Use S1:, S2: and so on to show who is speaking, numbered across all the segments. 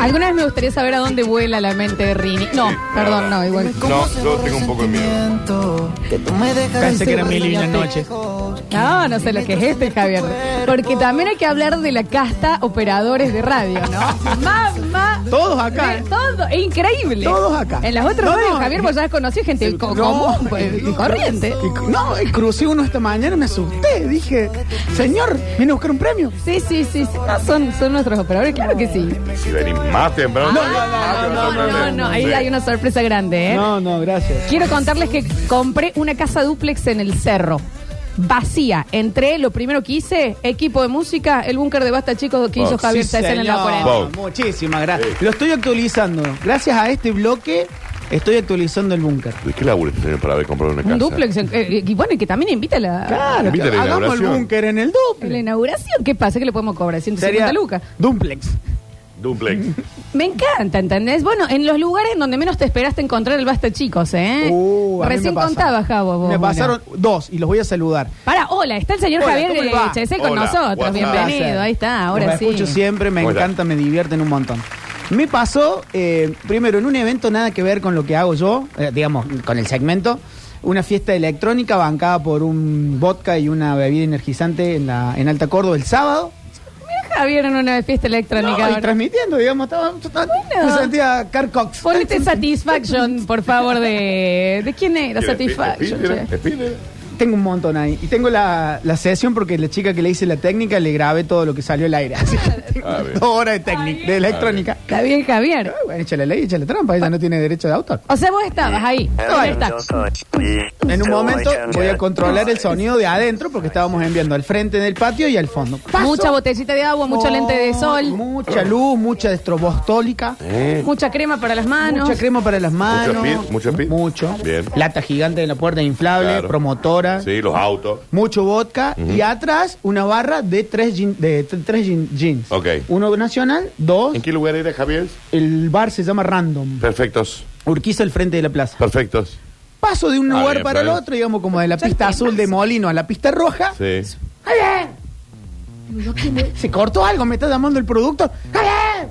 S1: Alguna vez me gustaría saber a dónde vuela la mente de Rini. No,
S2: Sí,
S1: perdón,
S2: nada.
S1: no, igual.
S2: No, yo tengo un poco de miedo.
S3: Que tú me dejas
S4: Pensé que era mil y una noche.
S1: No, no sé lo que es este, Javier. Porque también hay que hablar de la casta operadores de radio, ¿no? Mamá.
S4: Todos acá,
S1: de-
S4: ¿eh?
S1: Todo, es increíble.
S4: Todos acá.
S1: En las otras
S4: No,
S1: radios,
S4: no,
S1: Javier,
S4: eh,
S1: vos ya has conocido gente co- común pues, y corriente.
S4: Y- No, y crucé uno esta mañana y me asusté. Dije, señor, viene a buscar un premio.
S1: Sí, sí, sí. sí. No, son, son nuestros operadores, claro que sí.
S2: Y si venís más temprano. más
S1: Ah, No, no,
S2: temprano,
S1: no, no. Ahí
S2: sí.
S1: hay una sorpresa grande, ¿eh?
S4: No, no, gracias.
S1: Quiero contarles que compré una casa duplex en el cerro. Vacía. Entré, lo primero que hice, equipo de música, el búnker de Basta Chicos que hizo
S2: Box.
S1: Javier Tessel en la
S4: señor.
S1: cuarenta.
S2: Bob.
S4: Muchísimas gracias. Lo estoy actualizando. Gracias a este bloque, estoy actualizando el búnker.
S2: ¿De qué laburo este señor para haber comprado una casa?
S1: Un duplex. eh, eh, y bueno, y que también invita a la,
S4: Claro,
S2: Invita a la
S4: hagamos el
S2: inauguración.
S4: búnker en el
S1: a la
S4: duple.
S1: inauguración. ¿Qué pasa? Que le podemos cobrar 150 lucas.
S4: duplex.
S2: Duplex.
S1: Me encanta, ¿entendés? Bueno, en los lugares en donde menos te esperaste encontrar el Basta Chicos, ¿eh?
S4: Uh, a mí
S1: Recién
S4: me pasa.
S1: contaba, Javo. vos
S4: Me
S1: una.
S4: pasaron dos y los voy a saludar.
S1: Para, hola, está el señor
S4: Hola,
S1: Javier
S4: ¿cómo
S1: de
S4: le va?
S1: Chesel con
S2: Hola,
S1: nosotros.
S2: what's up?
S1: Bienvenido, Ah, ahí está, ahora
S4: Los
S1: sí.
S4: escucho siempre, me
S2: Hola.
S4: encanta, me divierten un montón. Me pasó, eh, primero, en un evento nada que ver con lo que hago yo, eh, digamos, con el segmento, una fiesta electrónica bancada por un vodka y una bebida energizante en, la, en Alta Córdoba el sábado.
S1: Mira, Javier en una fiesta
S4: No,
S1: electrónica.
S4: y
S1: ahora.
S4: transmitiendo, digamos, estaba, estaba-
S1: Bueno.
S4: me sentía Carl Cox.
S1: Ponete Satisfaction, por favor, de... ¿De quién era Satisfaction?
S2: Spider,
S1: che?
S2: Spider.
S4: Tengo un montón ahí. Y tengo la, la sesión porque la chica que le hice la técnica le grabé todo lo que salió al aire. Así que tengo
S2: Ah, bien.
S4: dos horas de técnica, de electrónica.
S1: Está bien, Javier.
S4: Ah, Bueno, échale ley, échale trampa, ella no tiene derecho de autor.
S1: O sea, vos estabas ahí.
S4: Estaba
S1: Ahí
S4: ahí.
S1: está.
S2: Pues,
S4: En un momento voy a controlar el sonido de adentro porque estábamos enviando al frente del patio y al fondo. Paso.
S1: Mucha botellita de agua, mucho lente de sol,
S4: Mucha luz, mucha estrobostólica.
S2: Eh,
S1: mucha crema para las manos.
S4: Mucha crema para las manos.
S2: pit, mucho pit.
S4: Mucho.
S2: Bien.
S4: Lata gigante de la puerta inflable,
S2: Claro.
S1: Ah.
S4: promotora.
S2: Sí, los autos.
S4: Mucho vodka. Y atrás una barra de tres, jean- de t- tres jean- jeans.
S2: Ok.
S4: Uno nacional, dos.
S2: ¿En qué lugar era, Javier?
S4: El bar se llama Random.
S2: Perfectos.
S4: Urquiza al frente de la plaza.
S2: Perfectos.
S4: Paso de un
S2: Ah,
S4: lugar
S2: bien,
S4: para el
S2: Flavio.
S4: otro, digamos, como de la pista azul de Molino a la pista roja.
S2: Sí.
S4: ¡Javier! Digo, ¿qué me- Se cortó algo, me está llamando el productor. ¡Javier!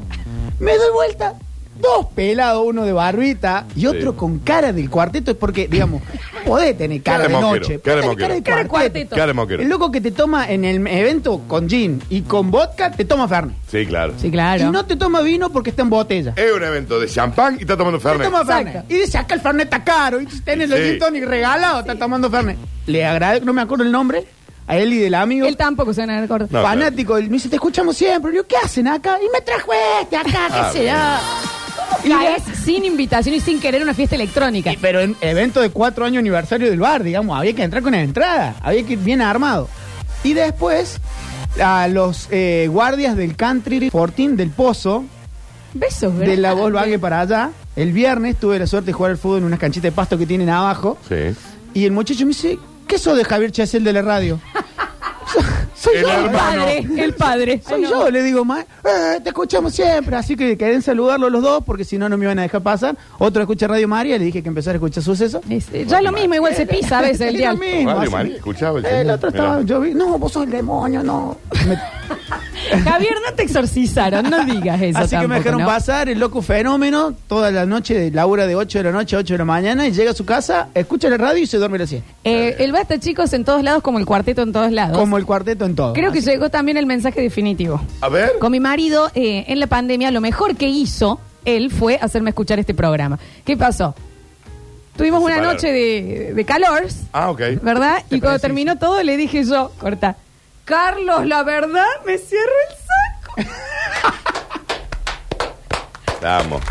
S4: Me doy vuelta. Dos pelados, uno de barbita y otro con cara del cuarteto. Es porque, digamos, podés tener cara,
S2: Cara de
S4: de
S2: moquero,
S4: noche.
S2: cara de
S4: podés tener
S2: moquero.
S1: Cara de cuarteto.
S2: Cara de moquero.
S4: El loco que te toma en el evento con gin y con vodka, te toma Fernet.
S2: Sí, claro.
S1: Sí, claro.
S4: Y no te toma vino porque está en botella.
S2: Es un evento de champán y está tomando
S4: Te
S2: Fernet.
S4: toma Fernet.
S1: Exacto.
S4: Y dice, acá el Fernet está caro. Y tenés los
S2: Sí.
S4: gin tonic regalados, está tomando Fernet. Le agradezco, no me acuerdo el nombre, a él y del amigo.
S1: Él tampoco suena de corto.
S2: No,
S4: fanático, él me dice, te escuchamos siempre. Yo, ¿qué hacen acá? Y me trajo este acá,
S2: Ah,
S4: qué sé yo. Y
S1: Caes sin invitación y sin querer una fiesta electrónica.
S4: le- Pero en evento de cuatro años aniversario del bar, digamos, había que entrar con la entrada, había que ir bien armado. Y después, a los eh, guardias del Country 14 del Pozo,
S1: Besos, ¿verdad?
S4: de la Volkswagen para allá, el viernes tuve la suerte de jugar al fútbol en unas canchitas de pasto que tienen abajo.
S2: Sí.
S4: Y el muchacho me dice, ¿qué sos de Javier Chacel de la radio? So- soy
S2: El
S4: yo.
S1: El padre, el padre.
S4: Soy
S1: Ay, no.
S4: yo, le digo, ma, eh, te escuchamos siempre, así que queden saludarlo los dos porque si no, no me iban a dejar pasar. Otro escucha Radio María, le dije que empezara a escuchar suceso.
S1: Es- eh, ya es lo mismo, igual se pisa a veces el
S4: Es
S1: día.
S4: lo mismo,
S2: Radio
S4: así.
S2: María, escuchaba el
S4: El
S2: señor.
S4: otro estaba,
S2: Mirá.
S4: yo vi, no, vos sos el demonio, no. Me-
S1: Javier, no te exorcizaron, no digas eso.
S4: así que me
S1: tampoco,
S4: dejaron
S1: ¿no?
S4: pasar, el loco fenómeno, toda la noche, la hora de 8 de la noche, 8 de la mañana, y llega a su casa, escucha la radio y se duerme la siesta.
S1: Eh, el basta, chicos, en todos lados, como el cuarteto en todos lados.
S4: Como el cuarteto en todo.
S1: Creo que llegó también el mensaje definitivo.
S2: A ver.
S1: Con mi marido, eh, en la pandemia, lo mejor que hizo él fue hacerme escuchar este programa. ¿Qué pasó? Tuvimos una
S2: Separaron.
S1: noche de, de calor,
S2: Ah, ok.
S1: ¿verdad? Y
S4: Te
S1: cuando
S4: pareces.
S1: terminó todo, le dije yo, corta, Carlos, la verdad, me cierro el saco.
S2: Vamos.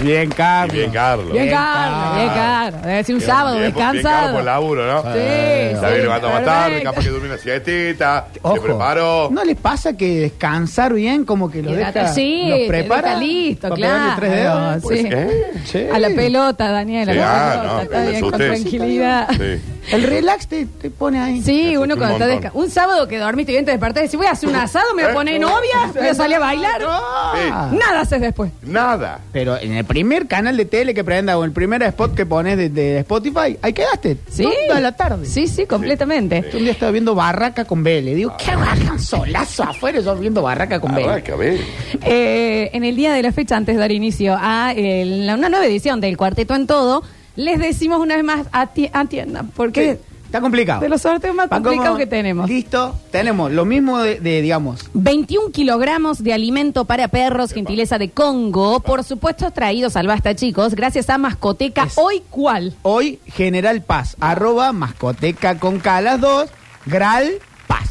S4: Bien,
S2: Y
S4: Carlos.
S2: bien, Carlos.
S1: Ah, Bien,
S4: Bien,
S1: Carlos, bien, Carlos. Debe ser un sábado
S2: Bien, bien, Carlos
S1: descansado.
S2: por laburo, ¿no?
S1: Sí,
S2: Se había
S1: sí,
S2: levantado más
S1: perfecto.
S2: tarde, capaz que durmió una siestita, se preparó.
S4: ¿No les pasa que descansar bien como que los
S1: Hidrata-
S4: deja,
S1: sí,
S4: los
S1: te
S4: prepara?
S1: deja listo,
S4: para pegarle
S1: claro,
S4: tres dedos?
S1: sí.
S2: ¿Eh?
S4: Sí.
S1: A la pelota, Daniel. a
S2: Sí,
S1: la
S2: ah,
S1: pelota,
S2: no,
S1: está
S2: me
S1: bien, con
S2: asusté.
S1: tranquilidad.
S2: Sí.
S4: El relax te, te pone ahí.
S1: Sí,
S2: Eso
S1: uno
S2: es un
S1: cuando está
S2: montón. Eh,
S1: desca- Un sábado que dormiste y bien te despertás y decís, voy a hacer un asado, me voy a poner novia, voy a salir a bailar.
S4: Ah.
S1: Nada haces después.
S2: Nada.
S4: Pero en el primer canal de tele que prenda o el primer spot que pones de, de Spotify, ahí quedaste.
S1: Sí.
S4: Toda la tarde.
S1: Sí, sí, completamente.
S4: Yo un día estaba viendo Barraca con Vélez. Digo, ¿qué barraca? Un solazo afuera yo viendo Barraca con
S2: Habrá
S4: Vélez.
S2: que ver.
S1: Eh, en el día de la fecha, antes de dar inicio a el- la- una nueva edición del Cuarteto en Todo, les decimos una vez más, ati- atiendan, porque
S4: Está complicado.
S1: de los sorteos más
S4: Van como,
S1: complicados que tenemos.
S4: Listo, tenemos lo mismo de, de, digamos.
S1: 21 kilogramos de alimento para perros, gentileza de Congo, por supuesto traídos al Basta, chicos, gracias a Mascoteca.
S4: Es-
S1: Hoy, ¿cuál?
S4: Hoy, General Paz, arroba mascoteca con calas 2, Gral Paz.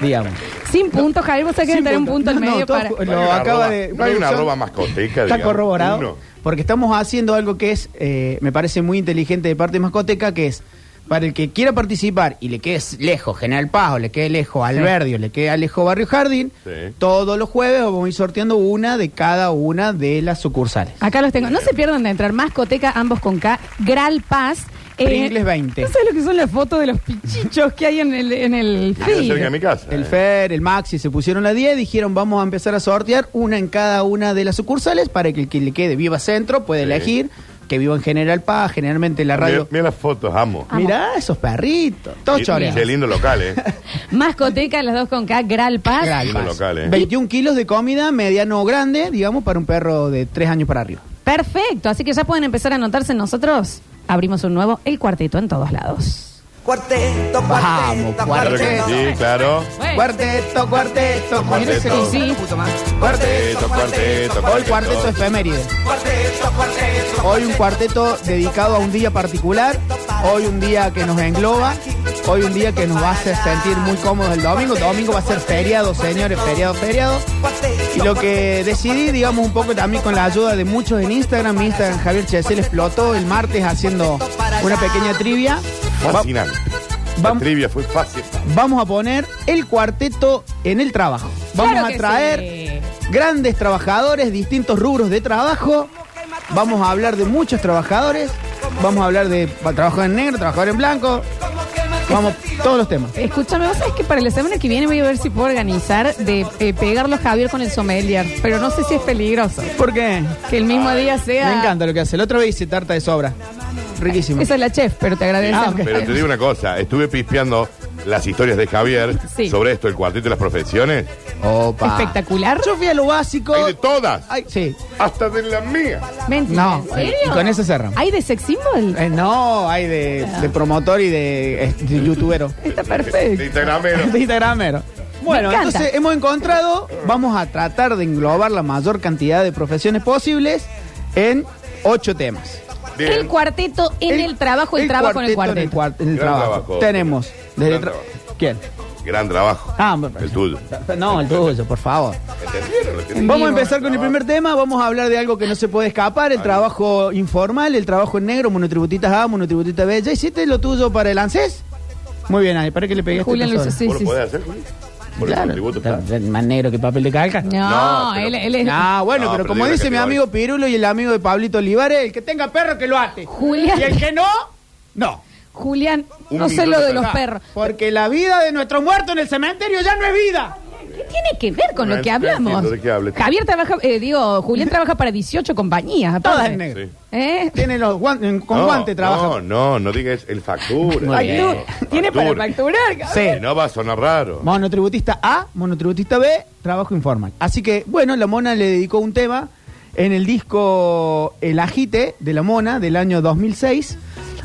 S4: Digamos.
S1: Sin puntos, Javier, vos sabés que
S4: Sin
S1: tener un punto
S4: punto.
S1: al
S4: No,
S1: medio
S4: no, todo
S1: para...
S2: No
S4: fu- Lo
S2: hay una
S4: acaba
S2: arroba-
S4: de-
S2: No hay una
S4: producción.
S2: arroba mascoteca.
S4: Está
S2: digamos.
S4: corroborado.
S2: Uno.
S4: Porque estamos haciendo algo que es, eh, me parece muy inteligente de parte de Mascoteca, que es para el que quiera participar y le quede lejos General Paz, o le quede lejos Alberdi, o le quede lejos Barrio Jardín,
S2: Sí.
S4: todos los jueves vamos a ir sorteando una de cada una de las sucursales.
S1: Acá los tengo. No se pierdan de entrar. Mascoteca, ambos con K. Gral Paz. eh,
S4: Pringles 20.
S1: ¿No sabes lo que son las fotos de los pichichos que hay en el, en el
S4: Ah,
S2: Está
S1: feed?
S2: cerca de mi casa.
S4: El
S2: eh.
S4: Fer, el Maxi se pusieron la 10, dijeron vamos a empezar a sortear una en cada una de las sucursales para que el que le quede viva centro puede
S2: Sí.
S4: elegir, que viva en General Paz, generalmente la
S2: Mira,
S4: radio.
S2: mira las fotos, amo.
S1: Ah, Amo.
S4: Mirá esos perritos, todos
S2: Y-
S4: choreados.
S2: Qué lindo local, ¿eh?
S1: Mascoteca, las dos con K. Gral Paz.
S4: Gran
S2: Lindo
S4: paz.
S2: local, eh.
S4: 21 kilos de comida, mediano o grande, digamos, para un perro de 3 años para arriba.
S1: Perfecto. Así que ya pueden empezar a anotarse. Nosotros abrimos un nuevo El Cuarteto en todos lados.
S3: Cuarteto, cuarteto,
S4: Vamos,
S2: Claro que
S4: cuarteto.
S2: sí, claro.
S4: Cuarteto, cuarteto,
S2: Cuarteto.
S4: Mira ese-
S1: Sí.
S2: Cuarteto, cuarteto,
S4: Hoy cuarteto efeméride. Hoy un cuarteto dedicado a un día particular. Hoy un día que nos engloba. Hoy un día que nos va a hacer sentir muy cómodos el domingo. Domingo va a ser feriado, señores, feriado, feriado. Y lo que decidí, digamos, un poco también con la ayuda de muchos en Instagram, mi Instagram Javier Chesel explotó el martes haciendo una pequeña trivia. Va-
S2: Fascinante. La
S4: Vam-
S2: trivia fue fácil.
S4: vamos a poner el cuarteto en el trabajo. Vamos
S1: Claro
S4: a
S1: que
S4: traer grandes trabajadores, distintos rubros de trabajo. Vamos a hablar de muchos trabajadores. Vamos a hablar de pa- trabajador en negro, trabajador en blanco. Vamos, todos los temas.
S1: Escúchame, vos sabés que para la semana que viene voy a ver si puedo organizar de eh, pegarlo a Javier con el sommelier. Pero no sé si es peligroso.
S4: ¿Por qué?
S1: Que el mismo día sea.
S4: Me encanta lo que hace. La otra vez hice tarta de sobra. Riquísimo.
S1: Esa es la chef, pero te agradecemos.
S4: Ah, ok.
S2: Pero te digo una cosa, estuve pispeando las historias de Javier
S1: Sí.
S2: sobre esto, el cuarteto y las profesiones.
S4: Opa.
S1: Espectacular.
S4: Yo fui a lo básico.
S2: Hay de todas,
S4: Ay, sí.
S2: hasta de la mía.
S1: Mentira,
S4: No,
S1: ¿en serio?
S4: y con eso cerramos.
S1: ¿Hay de sex symbol?
S4: Eh, no, hay de, de promotor y de, eh, de youtubero.
S1: Está
S2: De
S1: perfecto.
S2: Instagramero.
S4: de Instagramero. Bueno,
S1: Me encanta.
S4: entonces hemos encontrado, vamos a tratar de englobar la mayor cantidad de profesiones posibles en ocho temas.
S2: Bien.
S1: El cuarteto en el, trabajo, el, trabajo en el
S4: cuarteto
S1: cuarteto.
S4: En el, cuart- en el
S2: Gran
S4: trabajo.
S2: trabajo.
S4: Tenemos. desde
S2: Gran
S4: tra-
S2: trabajo.
S4: ¿Quién?
S2: Gran trabajo.
S4: Ah, bueno,
S2: El tuyo.
S4: No, el tuyo, por favor.
S2: ¿Entendieron lo que dije?
S4: Vamos a
S1: vivo.
S4: empezar con el primer tema, vamos a hablar de algo que no se puede escapar, el trabajo informal, el trabajo en negro, monotributitas A, monotributita B. ¿Ya hiciste lo tuyo para el ANSES? Muy bien, ahí, ¿para qué le pegaste?
S1: Julián
S4: esta
S1: lo hizo,
S4: sola?
S1: sí,
S2: ¿Vos
S1: sí.
S2: lo
S1: sí.
S2: podés hacer, Juli? Por el
S4: Claro,
S2: contributo,
S4: está-
S2: está.
S4: más negro que papel de calca.
S1: No,
S2: No, pero-
S1: él, él es.
S4: Ah, bueno,
S2: No,
S4: pero,
S2: pero
S4: como
S2: digo la
S4: dice mi
S2: categoría.
S4: amigo Pirulo y el amigo de Pablito Olivares, el que tenga perro que lo ate.
S1: Julián.
S4: Y el que no, no.
S1: Julián,
S2: Un
S1: no sé
S2: minuto
S1: lo de
S2: para
S1: los
S4: Ah,
S1: perros.
S4: Porque la vida de nuestro muerto en el cementerio ya no es vida.
S1: ¿Qué tiene que ver con
S2: No
S1: lo que
S2: entiendo
S1: hablamos?
S2: de qué hablas.
S1: Javier trabaja, eh, digo, Julián trabaja para 18 compañías. aparte.
S4: Todas en negro.
S2: Sí.
S1: ¿Eh?
S4: Tiene los guantes, con
S2: No,
S4: guante
S2: No,
S4: trabaja.
S2: no, no digas el factura.
S4: Muy bien.
S2: No,
S1: Factu- Tiene para facturar.
S4: Sí.
S2: Si no va a sonar raro.
S4: Monotributista A, monotributista B, trabajo informal. Así que, bueno, la mona le dedicó un tema en el disco El Ajite de la mona del año 2006.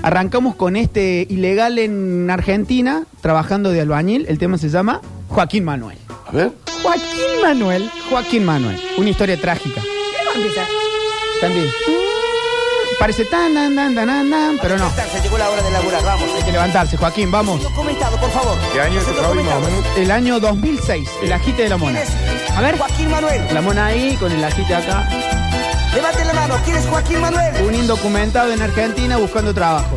S4: Arrancamos con este ilegal en Argentina, trabajando de albañil. El tema se llama Joaquín Manuel.
S2: A ver.
S1: Joaquín Manuel.
S4: Joaquín Manuel, una historia trágica.
S1: ¿Qué va a empezar?
S4: Santi.
S1: Mm.
S4: Parece tan, tan, tan, tan, tan, tan, pero no.
S3: Se llegó la hora de laburar, vamos.
S4: Hay que levantarse, Joaquín, vamos.
S3: Documentado, por favor.
S2: ¿Qué año es
S3: Ese
S2: el Javi, más o
S3: documentado.
S2: menos?
S4: El año 2006, el ajite de la
S3: ¿Quién
S4: mona.
S3: es?
S4: A ver,
S3: Joaquín Manuel.
S4: la mona ahí con el ajite acá.
S3: Levante la mano. ¿Quién es Joaquín Manuel?
S4: Un indocumentado en Argentina buscando trabajo.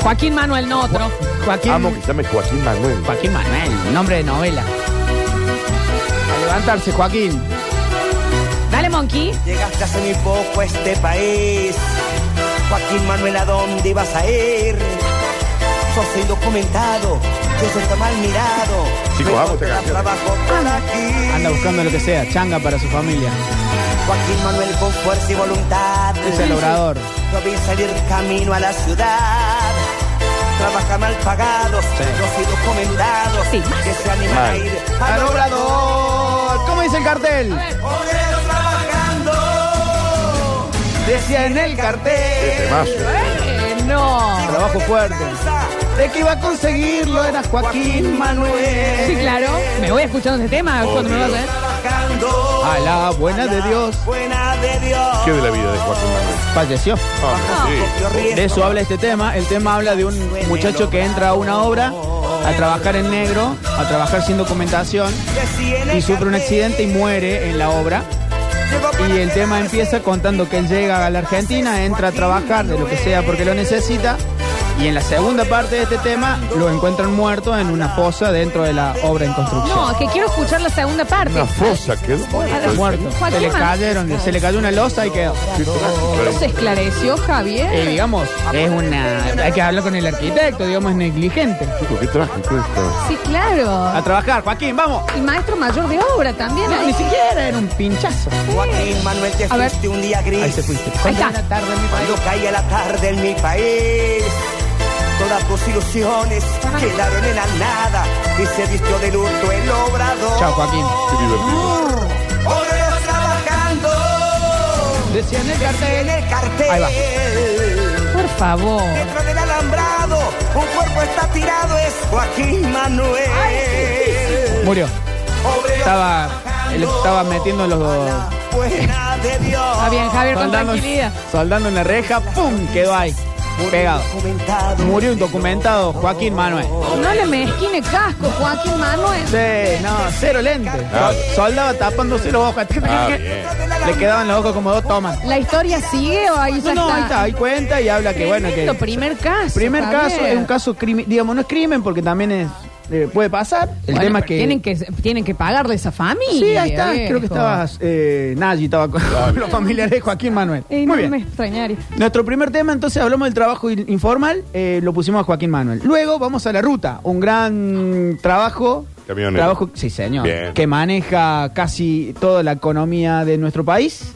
S1: Joaquín Manuel, no otro.
S4: Joaquín,
S2: Amo que se llame Joaquín Manuel.
S4: Joaquín Manuel, nombre de novela. A levantarse, Joaquín.
S1: Dale, Monkey.
S3: Llegaste hace muy poco a este país. Joaquín Manuel, ¿a dónde ibas a ir? sos indocumentado, yo soy tan mal mirado.
S2: Chicos, amo
S3: Me
S2: esta
S3: cortan
S2: canción.
S3: trabajo por aquí.
S4: Anda buscando lo que sea, changa para su familia.
S3: Joaquín Manuel con fuerza y voluntad.
S4: Es el obrador.
S3: Lo vi salir camino a la ciudad. Trabaja mal pagados,
S4: Sí.
S3: los indocumentados
S1: Sí.
S3: que se animan
S2: Mal.
S3: a ir
S4: ¡Al obrador! ¿Cómo dice el cartel?
S3: Obreros trabajando.
S4: Decía en el cartel.
S2: Además,
S1: Eh, Bueno.
S4: Trabajo fuerte. De que iba a conseguirlo era Joaquín
S1: Sí,
S4: Manuel.
S1: claro. Me voy escuchando ese tema. a ver cuándo me vas a ver.
S3: Trabajando.
S4: A la buena de Dios.
S3: Buena de Dios.
S2: ¿qué de la vida de Joaquín Manuel?
S4: Falleció.
S2: Ah, sí.
S3: Yo riesgo.
S4: De eso habla este tema. El tema habla de un muchacho que entra a una obra a trabajar en negro, a trabajar sin documentación
S3: Que si en el
S4: y sufre un accidente y
S3: cartel
S4: muere en la obra.
S3: llegó para
S4: Y el tema
S3: quedarse,
S4: empieza contando que él llega a la Argentina, entra a trabajar de lo que sea porque lo necesita. Y en la segunda parte de este tema lo encuentran muerto en una fosa dentro de la obra en construcción.
S1: No, que quiero escuchar la segunda parte.
S2: Una fosa quedó.
S1: Muerto.
S4: Muerto. Se le
S1: Joaquín.
S4: cayeron, se le cayó una losa y quedó.
S2: Qué trágico,
S1: ¿No
S2: eh.
S1: se esclareció, Javier?
S4: Eh, digamos, es una. Hay que hablar con el arquitecto, digamos, es negligente.
S2: Chicos, qué trágico esto.
S1: Sí, claro.
S4: A trabajar, Joaquín, vamos.
S1: Y maestro mayor de obra también.
S4: No,
S1: ahí.
S4: ni siquiera era un pinchazo.
S3: Joaquín Manuel, te
S1: A ver.
S3: fuiste un día gris.
S4: Ahí se fuiste.
S1: Ahí está.
S4: Cuando era tarde en mi país.
S3: Cuando caía la tarde en mi país, todas tus ilusiones quedaron en la nada y se vistió de luto el obrador.
S4: Chao, Joaquín.
S2: Qué divertido.
S3: Obreros trabajando
S4: Decía en el
S3: en
S4: cartel.
S3: el cartel.
S4: Ahí va.
S1: Por favor.
S3: Dentro del alambrado, un cuerpo está tirado, es Joaquín Manuel.
S4: Murió.
S3: Obreros
S4: Estaba. Él
S3: trabajando
S4: estaba metiendo los.
S3: a la buena de Dios.
S1: Está bien, Javier, con
S4: Soldando,
S1: tranquilidad.
S4: soldando una reja, ¡pum! Quedó ahí. Pegado.
S3: Documentado.
S4: Murió indocumentado Joaquín Manuel.
S1: No le mezquine casco, Joaquín Manuel.
S4: Sí, no, cero lente.
S2: Ah.
S4: Soldado tapándose los ojos.
S2: Ah, bien.
S4: Le quedaban los ojos como dos tomas.
S1: ¿La historia sigue o ahí ya
S4: No, no, ahí está, ahí cuenta y habla que bueno que.
S1: Tremendo primer caso.
S4: Primer
S1: Javier.
S4: caso es un caso crimen, digamos, no es crimen porque también es eh, puede pasar. El
S1: Bueno, pero
S4: tema es que.
S1: Tienen que, tienen que pagarle a esa familia.
S4: Sí, ahí está.
S1: viejo.
S4: Creo que estabas. Eh, Nagy estaba con los familiares de Joaquín Manuel.
S1: Eh, no
S4: Muy
S1: me
S4: bien.
S1: extrañaría.
S4: Nuestro primer tema, entonces hablamos del trabajo in- informal, eh, lo pusimos a Joaquín Manuel. Luego vamos a la ruta, un gran trabajo.
S2: Camionero.
S4: Trabajo, sí, señor.
S2: Bien.
S4: Que maneja casi toda la economía de nuestro país.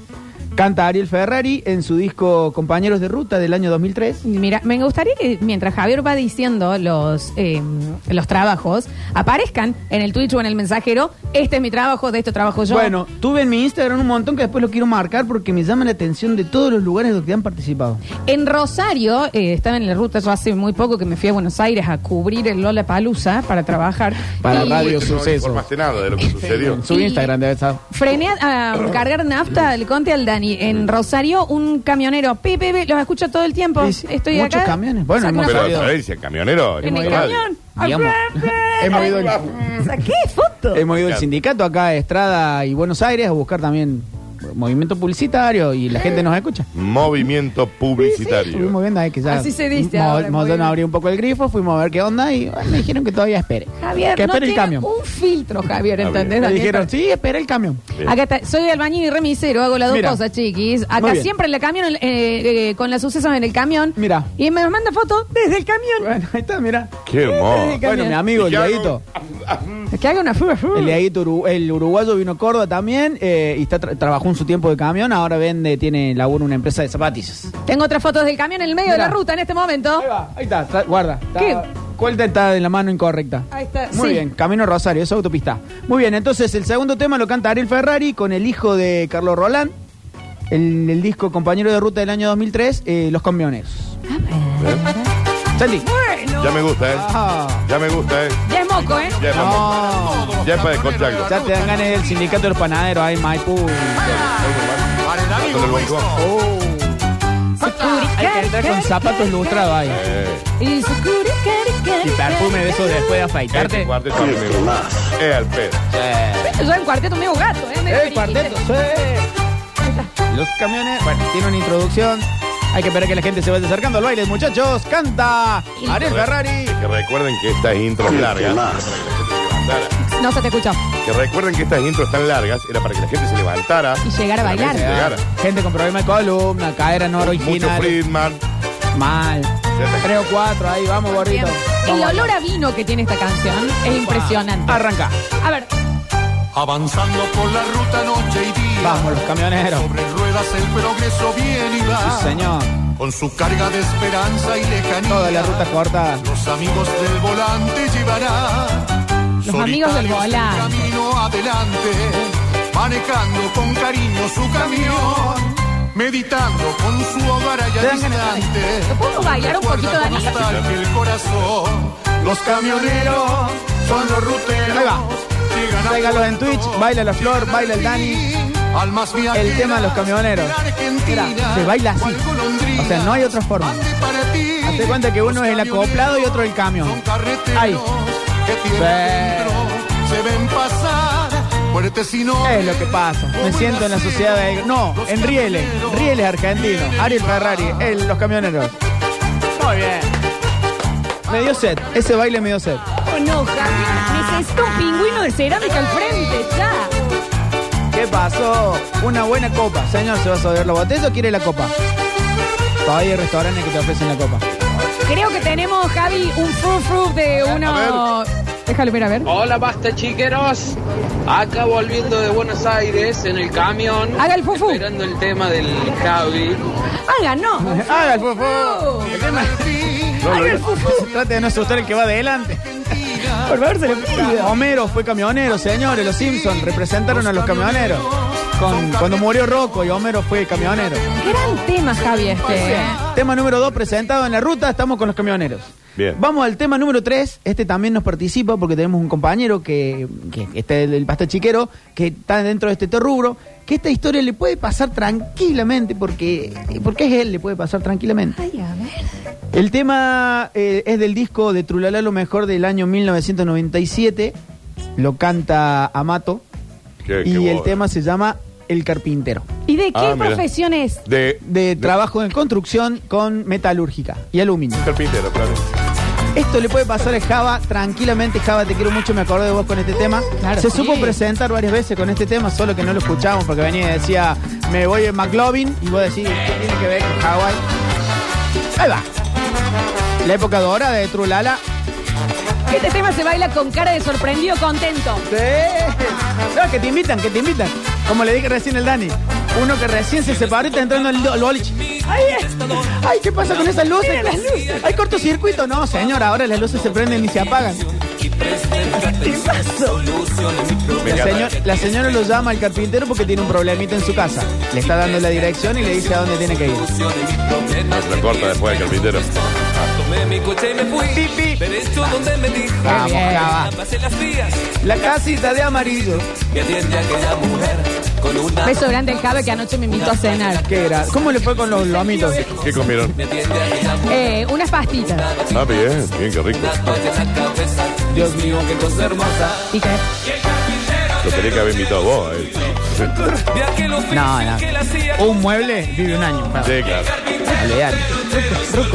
S4: Canta Ariel Ferrari en su disco Compañeros de Ruta del año 2003.
S1: Mira, me gustaría que mientras Javier va diciendo los, eh, los trabajos, aparezcan en el Twitch o en el mensajero, este es mi trabajo, de esto trabajo yo.
S4: Bueno, tuve en mi Instagram un montón que después lo quiero marcar porque me llama la atención de todos los lugares donde han participado.
S1: En Rosario, eh, estaba en la ruta yo hace muy poco que me fui a Buenos Aires a cubrir el Lola Palusa para trabajar.
S4: Para
S1: Y
S2: No
S4: Radio Suceso.
S2: informaste nada de lo que sucedió.
S4: En su
S1: Y-
S4: Instagram debe estar.
S1: Frené a, a cargar nafta al Conte al Dani. En Rosario, un camionero, pi, pi, pi, los escucho todo el tiempo.
S4: Sí, sí,
S1: Estoy
S4: muchos
S1: acá.
S4: camiones. Bueno,
S1: Saco
S4: hemos
S1: una
S2: Pero
S1: foto.
S4: sabido.
S2: Florencia, camionero.
S1: en el
S2: radio.
S1: camión.
S4: Digamos, hemos ido al-
S1: ¿Qué foto?
S4: Hemos ido al sindicato acá de Estrada y Buenos Aires a buscar también movimiento publicitario y la gente nos escucha.
S2: Movimiento
S4: Estuvimos
S2: publicitario.
S4: viendo ahí que ya
S1: Así se dice
S4: mo-
S1: ahora,
S4: mo-
S1: muy
S4: nos
S1: bien.
S4: abrió un poco el grifo, fuimos a ver qué onda y bueno, me dijeron que todavía espere.
S1: Javier,
S4: que
S1: no
S4: espere el
S1: tiene
S4: camión.
S1: un filtro, Javier,
S2: Está
S1: ¿entendés?
S2: bien.
S4: Me
S1: Daniel?
S4: dijeron, sí, espera el camión.
S2: Bien.
S1: Acá está, soy albañil y remisero, hago las dos
S4: Mira.
S1: cosas, chiquis. Acá
S4: Muy bien.
S1: siempre en la camión, eh, eh, con las sucesos en el camión.
S4: Mira.
S1: Y me manda fotos desde el camión.
S4: Bueno, ahí está, mira.
S2: Qué hermoso.
S1: Camión.
S4: Bueno, mi amigo, el
S2: Y ya
S4: Dieguito.
S1: Que haga una fuga. fuga.
S4: El Dieguito Uru- el uruguayo vino a Córdoba también eh, y está tra- trabajó en su tiempo de camión, ahora vende, tiene laburo en una empresa de zapatillas.
S1: Tengo otras fotos del camión en el medio
S4: Mira.
S1: de la ruta en este momento.
S4: Ahí va, ahí está, tra- guarda. Está-
S1: ¿Qué?
S4: Cuelta está en la mano incorrecta.
S1: Ahí está,
S4: Muy
S1: sí.
S4: bien, Camino Rosario, esa autopista. Muy bien, entonces el segundo tema lo canta Ariel Ferrari con el hijo de Carlos Roland, el, el disco Compañero de Ruta del año 2003, eh, Los Camioneros. Sandy.
S1: Bueno.
S2: Ya me gusta, ¿eh?
S4: Ah,
S2: Ya me gusta, ¿eh?
S1: Ya es moco, ¿eh?
S2: Ya es mamón.
S4: no.
S2: Ya es para descontrarlo.
S4: Ya te dan ganas del sindicato de los panaderos, ay, Maipú.
S1: Ah.
S2: Con el balcón.
S4: Oh. Hay que entrar con zapatos lustrados ahí.
S2: Eh,
S1: Y su curi, cari, cari,
S4: Y perfume de esos
S1: cari.
S4: después de
S2: Este
S4: afeitarte.
S2: cuarteto a mí me gusta. Es al pedo.
S1: Viste, Yo en cuarteto medio gato, ¿eh? Medio
S4: El Eh, cuarteto,
S1: periquito.
S4: sí. Los camiones. Bueno, tiene una introducción. Hay que esperar que la gente se vaya acercando al baile, muchachos. Canta Ariel Ferrari.
S2: Que recuerden que estas intros largas.
S1: No se te escuchó.
S2: Que recuerden que estas intros tan largas era para que la gente se levantara.
S1: Y llegar a
S2: Para que
S1: bailar.
S2: se llegara.
S4: Gente con problema de columna, cadera no
S2: Mucho
S4: Ah, original.
S2: Friedman.
S4: Mal.
S2: está.
S4: Tres o cuatro, ahí vamos, gordito.
S1: Bien. El olor a vino que tiene esta canción es impresionante.
S4: Arranca.
S1: A ver,
S5: Avanzando por la ruta noche y día.
S4: Vamos, los camioneros.
S5: Sobre ruedas el progreso viene y va.
S4: Sí, señor.
S5: Con su carga de esperanza y lejanía.
S4: Toda la ruta corta.
S5: Los amigos del volante llevará.
S1: Los amigos del
S5: solitarios
S1: volante.
S5: Camino adelante. Manejando con cariño su camión. Meditando con su hogar allá
S4: Te dan ganas de
S5: distante.
S1: ¿Podemos bailar un
S5: Recuerda
S1: poquito,
S5: con
S1: Dani?
S5: nostalgia el corazón. Los camioneros son los ruteros.
S4: Ahí va.
S5: Llegan a
S4: Tráigalos en
S5: puerto,
S4: Twitch, baila la Flor,
S5: llegan al
S4: baila el Dani.
S5: fin, almas viajeras
S4: tema de los camioneros.
S5: de la Argentina,
S4: Mira, se baila así.
S5: cual golondrina.
S4: O sea, no hay otra forma.
S5: Ande para ti.
S4: Hazte cuenta que uno
S5: Los
S4: es el acoplado y otro el camión.
S5: son carreteros
S4: Ahí.
S5: que tienen
S4: Sí.
S5: dentro, se ven pasar muertes y no
S4: Es lo que pasa. Me siento en la sociedad de... No, en Rieles. Rieles argentino. Ariel Ferrari, el- los camioneros. Muy bien. Me dio set. Ese baile me dio set.
S1: Oh, no, Javi. Necesito un pingüino de cerámica al frente, ya.
S4: ¿Qué pasó? Una buena copa. Señor, ¿se va a saber la botella o quiere la copa? Todavía hay restaurantes que te ofrecen la copa.
S1: Creo que tenemos, Javi, un frufru de uno. Déjalo, mira, a ver.
S6: Hola, basta chiqueros. Acá volviendo de Buenos Aires en el camión.
S1: Haga el fufu.
S6: Esperando el tema del Javi.
S1: Haga, no.
S4: Haga el fofo.
S1: Fufru.
S5: Llegan al fin,
S1: Haga el fufú.
S4: Trate de no asustar el que va adelante. Por favor, se le pide. Homero fue camionero, señores. Los Simpsons representaron a los camioneros. Con- cuando murió Rocco y Homero fue camionero.
S1: Gran tema, Javi, este. ¿eh?
S4: Tema número 2 presentado en la ruta, estamos con los camioneros.
S2: Bien.
S4: Vamos al tema número 3, este también nos participa porque tenemos un compañero que, que está el, el pastel chiquero, que está dentro de este rubro, que esta historia le puede pasar tranquilamente, porque, porque es él, le puede pasar tranquilamente.
S1: Ay, a ver.
S4: El tema eh, es del disco de Trulalá lo mejor del año 1997, lo canta Amato,
S2: Qué-
S4: y
S2: qué
S4: el
S2: boda.
S4: tema se llama El Carpintero
S1: ¿Y de qué
S2: Ah, mira.
S1: profesión es?
S2: De,
S4: de trabajo en construcción con metalúrgica y aluminio.
S2: Carpintero, claro.
S4: Esto le puede pasar a Java tranquilamente. Java, te quiero mucho, me acordé de vos con este tema.
S1: Claro,
S4: Se
S1: sí.
S4: supo presentar varias veces con este tema, solo que no lo escuchamos porque venía y decía, me voy en McLovin y vos decís, ¿qué tiene que ver con Hawái? Ahí va. La época dorada de Trulala.
S1: Este tema se baila con cara de sorprendido contento.
S4: Sí. No, que te invitan, que te invitan. Como le dije recién al Dani. Uno que recién se separó y está entrando al do- al boliche. Ay, eh. Ay, ¿qué pasa con esas luces? ¿Hay cortocircuito? No, señor, ahora las luces se prenden y se apagan. ¿Qué pasó?
S2: Me
S4: La,
S2: encanta.
S4: señor- la señora lo llama al carpintero porque tiene un problemita en su casa. Le está dando la dirección y le dice a dónde tiene que ir.
S2: La corta después del carpintero.
S7: Tomé mi coche y me fui.
S4: Pipi.
S7: Derecho donde me dijo.
S4: Vamos,
S1: bien.
S4: Java.
S7: Pasé las vías.
S4: La casita de amarillo.
S7: Me atiende aquella mujer con una.
S1: Beso grande al Javi que anoche me invitó a cenar.
S4: ¿Qué era? ¿Cómo le fue con los lomitos?
S2: ¿Qué comieron?
S7: Me atiende aquella mujer.
S1: Eh, unas pastillas.
S2: Ah, bien, bien, qué rico.
S7: Una toalla en la cabeza. Dios mío, qué cosa hermosa.
S1: ¿Y qué?
S2: Lo tenía que haber invitado vos a él.
S7: De aquel oficio
S4: No, no.
S7: que la hacía.
S4: Un mueble vive un año. bravo.
S2: Sí, claro.
S4: Olvidate.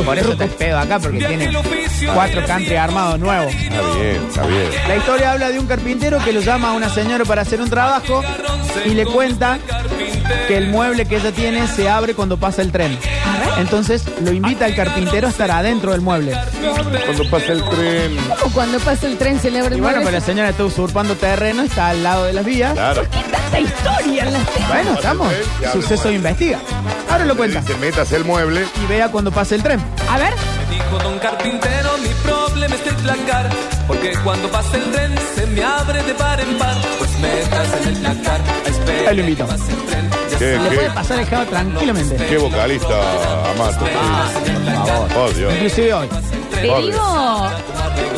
S4: Por eso te pedo acá porque
S7: De aquel
S4: tiene
S7: oficio.
S4: cuatro country armados nuevos.
S2: Está bien, está bien.
S4: La historia habla de un carpintero que lo llama a una señora para hacer un trabajo y le cuenta que el mueble que ella tiene se abre cuando pasa el tren. Entonces lo invita al carpintero a estar adentro del mueble.
S2: Cuando pasa el tren.
S1: ¿Cómo cuando pasa el tren celebra
S4: Y
S1: el
S4: bueno,
S1: mueble?
S4: pero la señora está usurpando terreno, está al lado de las vías.
S2: Claro.
S1: ¿Qué tanta historia en las telas?
S4: Bueno, estamos. Suceso investiga. Ahora lo cuenta.
S2: Te metas el mueble.
S4: Y vea cuando pasa el tren.
S1: A ver,
S7: Dijo don carpintero, mi problema es placar, porque cuando pasa el tren se me abre de par en par, pues metas en el placar, a espera
S4: Ahí lo invito.
S7: que pase el tren, ya
S2: Qué,
S4: Le puede
S2: qué,
S4: pasar el java tranquilamente.
S2: qué vocalista, Amato.
S4: Ah,
S2: sí. Oh, Dios.
S4: Inclusive hoy.
S1: te
S2: Obvio.
S1: digo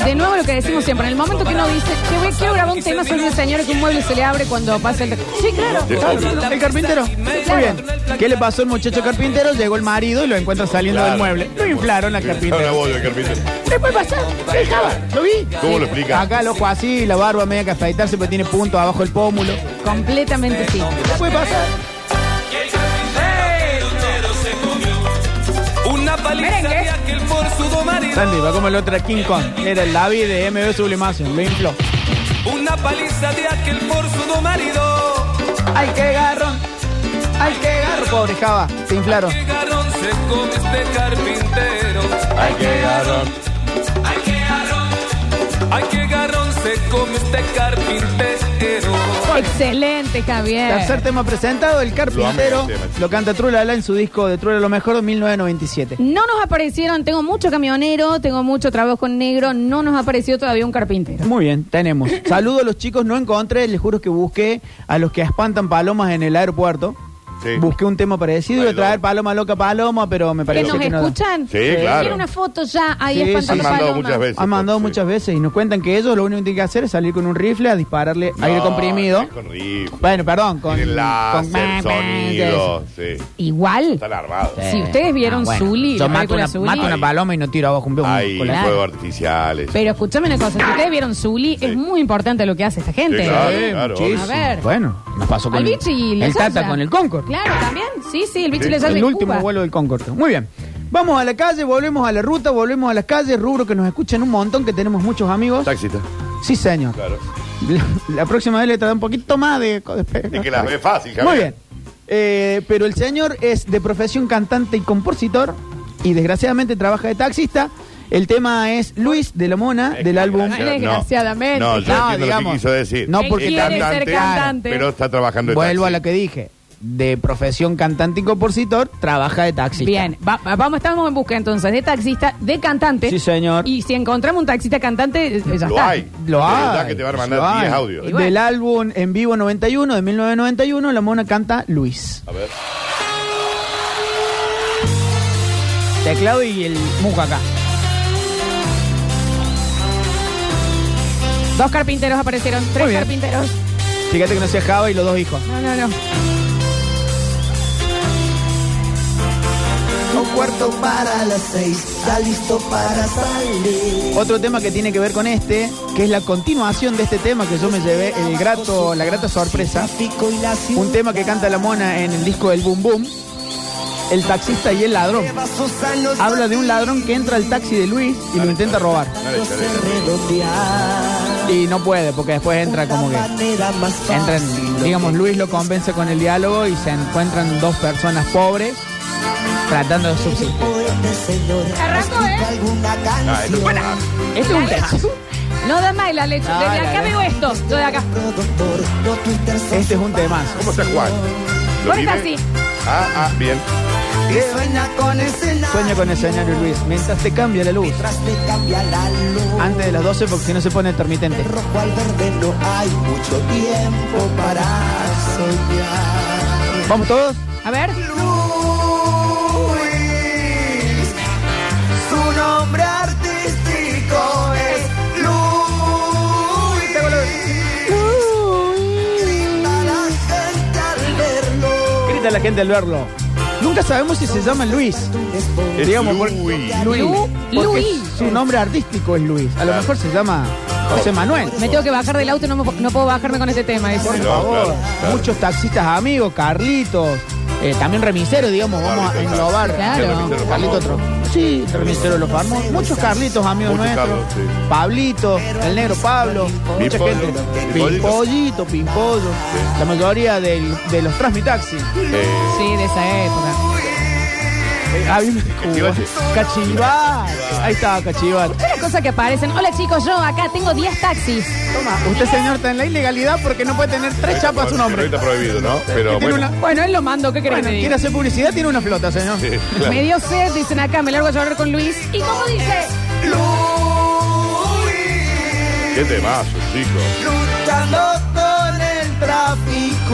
S1: de nuevo lo que decimos siempre. En el momento que uno dice, che, voy, quiero grabar un tema sobre una señora que un mueble se le abre cuando pasa el tren. Sí, claro.
S2: Sí, obvio.
S4: El carpintero. Muy bien. ¿Qué le pasó al muchacho carpintero? Llegó el marido y lo encuentra saliendo
S2: Claro.
S4: del mueble. Lo inflaron al
S2: Ahora
S4: carpintero.
S2: voy al carpintero.
S4: ¿Qué puede pasar? ¿Qué Java? ¿Lo vi?
S2: ¿Cómo lo explica?
S4: Acá el ojo así, la barba media que afeitarse, pero tiene punto abajo el pómulo.
S1: Completamente sí.
S4: ¿Qué puede pasar?
S7: Una paliza
S1: Merengue.
S7: de aquel forzudo marido,
S4: Sandy, va como el otro King Kong. Era el David de MB Sublimación. Lo infló.
S7: una paliza de aquel forzudo marido,
S4: ¡Ay, qué garrón! ¡Ay, qué garrón! Pobre Java, se inflaron.
S5: Eh.
S7: llegaron se come este carpintero,
S2: Ay, qué garrón.
S7: hay que ar- te comiste este carpintero.
S1: Excelente, Javier.
S4: Tercer tema presentado, El Carpintero.
S2: Lo amo, ese tema. este
S4: Lo canta Trulala en su disco de Trulala lo mejor 1997.
S1: No nos aparecieron, tengo mucho camionero, tengo mucho trabajo con negro, no nos apareció todavía un carpintero.
S4: Muy bien, tenemos. Saludo a los chicos, no encontré, les juro que busqué a los que espantan palomas en el aeropuerto.
S2: Sí.
S4: Busqué un tema parecido, iba a
S2: Bailó.
S4: traer paloma loca paloma, pero me
S1: ¿Que
S4: parece
S1: nos
S4: que no. da.
S1: escuchan?
S2: Sí, claro.
S1: Quiero una foto ya ahí
S4: Sí, sí,
S2: Han
S1: espantando
S2: mandado
S1: palomas.
S2: muchas veces.
S4: Han mandado
S2: Sí.
S4: muchas veces y nos cuentan que ellos lo único que tienen que hacer es salir con un rifle a dispararle aire
S2: No,
S4: comprimido.
S2: es con rifle.
S4: Bueno, perdón, con,
S2: Tiene láser,
S4: con-
S2: sonido. Sí.
S1: Igual,
S2: Están armados.
S1: Sí. Si ustedes vieron Zully,
S4: Ah, yo
S1: la
S4: mato
S1: película
S4: una,
S1: Zully.
S4: mato una paloma y no tiro abajo un con
S2: Hay
S4: con la-
S2: fuegos artificiales.
S1: pero escúchame una cosa, si ustedes vieron Zully, es muy importante lo que hace esta gente.
S2: Sí, claro,
S1: ¿eh?
S2: claro,
S1: A
S2: obvio.
S1: ver.
S4: Bueno, nos pasó con
S1: Al bichi y
S4: el,
S1: la
S4: el Tata
S1: Yaya.
S4: con el Concord.
S1: Claro, también. Sí, sí, el bichi
S2: Sí.
S1: le sale
S4: el último vuelo del Concorde. Muy bien. Vamos a la calle, volvemos a la ruta, volvemos a las calles, rubro que nos escuchan un montón, que tenemos muchos amigos.
S2: Taxista.
S4: Sí, señor.
S2: Claro.
S4: La, la próxima vez le traeré un poquito más de...
S2: Es que las ve fácil, Javier.
S4: Muy bien. Eh, pero el señor es de profesión cantante y compositor y desgraciadamente trabaja de taxista. El tema es Luis de la Mona
S2: Es
S4: del
S2: que
S4: álbum...
S2: desgraciado, no.
S1: Desgraciadamente.
S2: No, yo
S4: No,
S2: entiendo lo
S4: digamos.
S2: que quiso decir.
S4: No,
S1: Él
S4: porque
S1: quiere ser
S2: cantante,
S1: cantante.
S2: Pero está trabajando de
S4: Vuelvo a
S2: taxi.
S4: lo que dije. De profesión cantante y compositor, trabaja de taxista.
S1: Bien, va- va- vamos, estamos en busca entonces de taxista, de cantante.
S4: Sí, señor.
S1: Y si encontramos un taxista cantante, eh, ya
S2: Lo
S1: está.
S2: hay.
S4: Lo
S2: De
S4: hay.
S2: verdad que te van a
S4: lo
S2: mandar 10
S4: hay.
S2: audios.
S1: Y bueno.
S4: Del álbum En Vivo 91 de 1991, la mona canta Luis.
S2: A ver.
S4: Teclado y el mujo acá.
S1: Dos carpinteros aparecieron, tres
S4: bien.
S1: carpinteros.
S4: Fíjate que no se Java y los dos hijos.
S1: No, no, no.
S8: Un cuarto para las seis, está listo para salir.
S4: Otro tema que tiene que ver con este, que es la continuación de este tema que yo me llevé el grato, la grata sorpresa.
S8: Pico y la ciudad.
S4: Un tema que canta la mona en el disco del Boom Boom. El taxista y el ladrón.
S8: Vasos a los
S4: Habla de un ladrón que entra al taxi de Luis y lo intenta robar.
S2: No le
S8: se
S2: interesa.
S8: redondear.
S4: Y no puede, porque después entra como que.
S8: Una manera más
S4: Entra en-
S8: fácil.
S4: digamos, Luis lo convence con el diálogo y se encuentran dos personas pobres tratando de subsistir.
S8: Poeta, señor,
S1: Arrancó,
S8: nos pica
S1: ¿eh?
S8: alguna
S2: Ah, esto
S8: canción.
S2: es para-
S4: Este es un texto.
S1: No da más la leche.
S4: No,
S1: Desde
S4: la
S1: acá
S4: leche.
S1: veo esto. Yo de acá.
S8: Productor, los Twitter son
S4: Este es un
S8: su
S4: temazo.
S2: ¿Cómo está Juan? ¿Lo
S1: Ahora está
S2: vive?
S1: así.
S2: Ah, ah, bien.
S8: pasión. Que sueña con escenario.
S4: Sueña con el escenario, Luis, mientras te cambia la luz.
S8: Mientras te cambia la luz.
S4: Antes de las 12, porque si no se pone intermitente.
S8: Del rojo al verde no hay mucho tiempo para soñar.
S4: ¿Vamos todos?
S1: A ver.
S8: Luis, su nombre artístico es Luis. Grita la gente al verlo.
S4: Grita la gente al verlo. Nunca sabemos si se llama Luis.
S2: Es
S4: Digamos, por-
S2: Luis.
S1: Lu-
S4: porque
S1: Luis.
S4: Su nombre artístico es Luis. A lo mejor se llama José Manuel.
S1: Me tengo que bajar del auto, no, me po- no puedo bajarme con ese tema. dice.
S4: Por
S2: No,
S4: favor.
S2: claro, claro.
S4: Muchos taxistas amigos, Carlitos. eh, también remiseros, digamos, vamos a
S2: Carlitos,
S4: englobar.
S1: claro. Claro.
S4: Carlito
S2: Carlitos,
S4: otro. Sí, remisero de los famosos. Muchos Carlitos, amigos
S2: Muchos
S4: nuestros.
S2: Carlos, sí.
S4: Pablito, el negro Pablo, mucha
S2: Pimpollo,
S4: gente.
S2: Pimpollito.
S4: Pimpollito, Pimpollo. La mayoría del- de los Transmitaxi.
S2: Eh,
S1: Sí, de esa época.
S4: Había un-
S2: Cachivache.
S4: Cachivache. Ahí estaba Cachivache.
S1: Una cosa que aparecen. Hola chicos, yo acá tengo 10 taxis.
S4: Usted, señor, está en la ilegalidad porque no puede tener tres chapas a su
S2: Pero
S4: nombre.
S2: está prohibido, ¿no? Pero
S4: Tiene
S2: bueno.
S4: una-
S1: Bueno, él lo mando, ¿qué querés
S4: Bueno,
S1: que te
S4: quiere
S1: diga?
S4: hacer publicidad, tiene una flota, señor.
S2: Sí, claro.
S1: Me dio sed, dicen acá, me largo a llorar con Luis. ¿Y cómo dice?
S2: Qué temazo, chicos.
S8: Luchando con el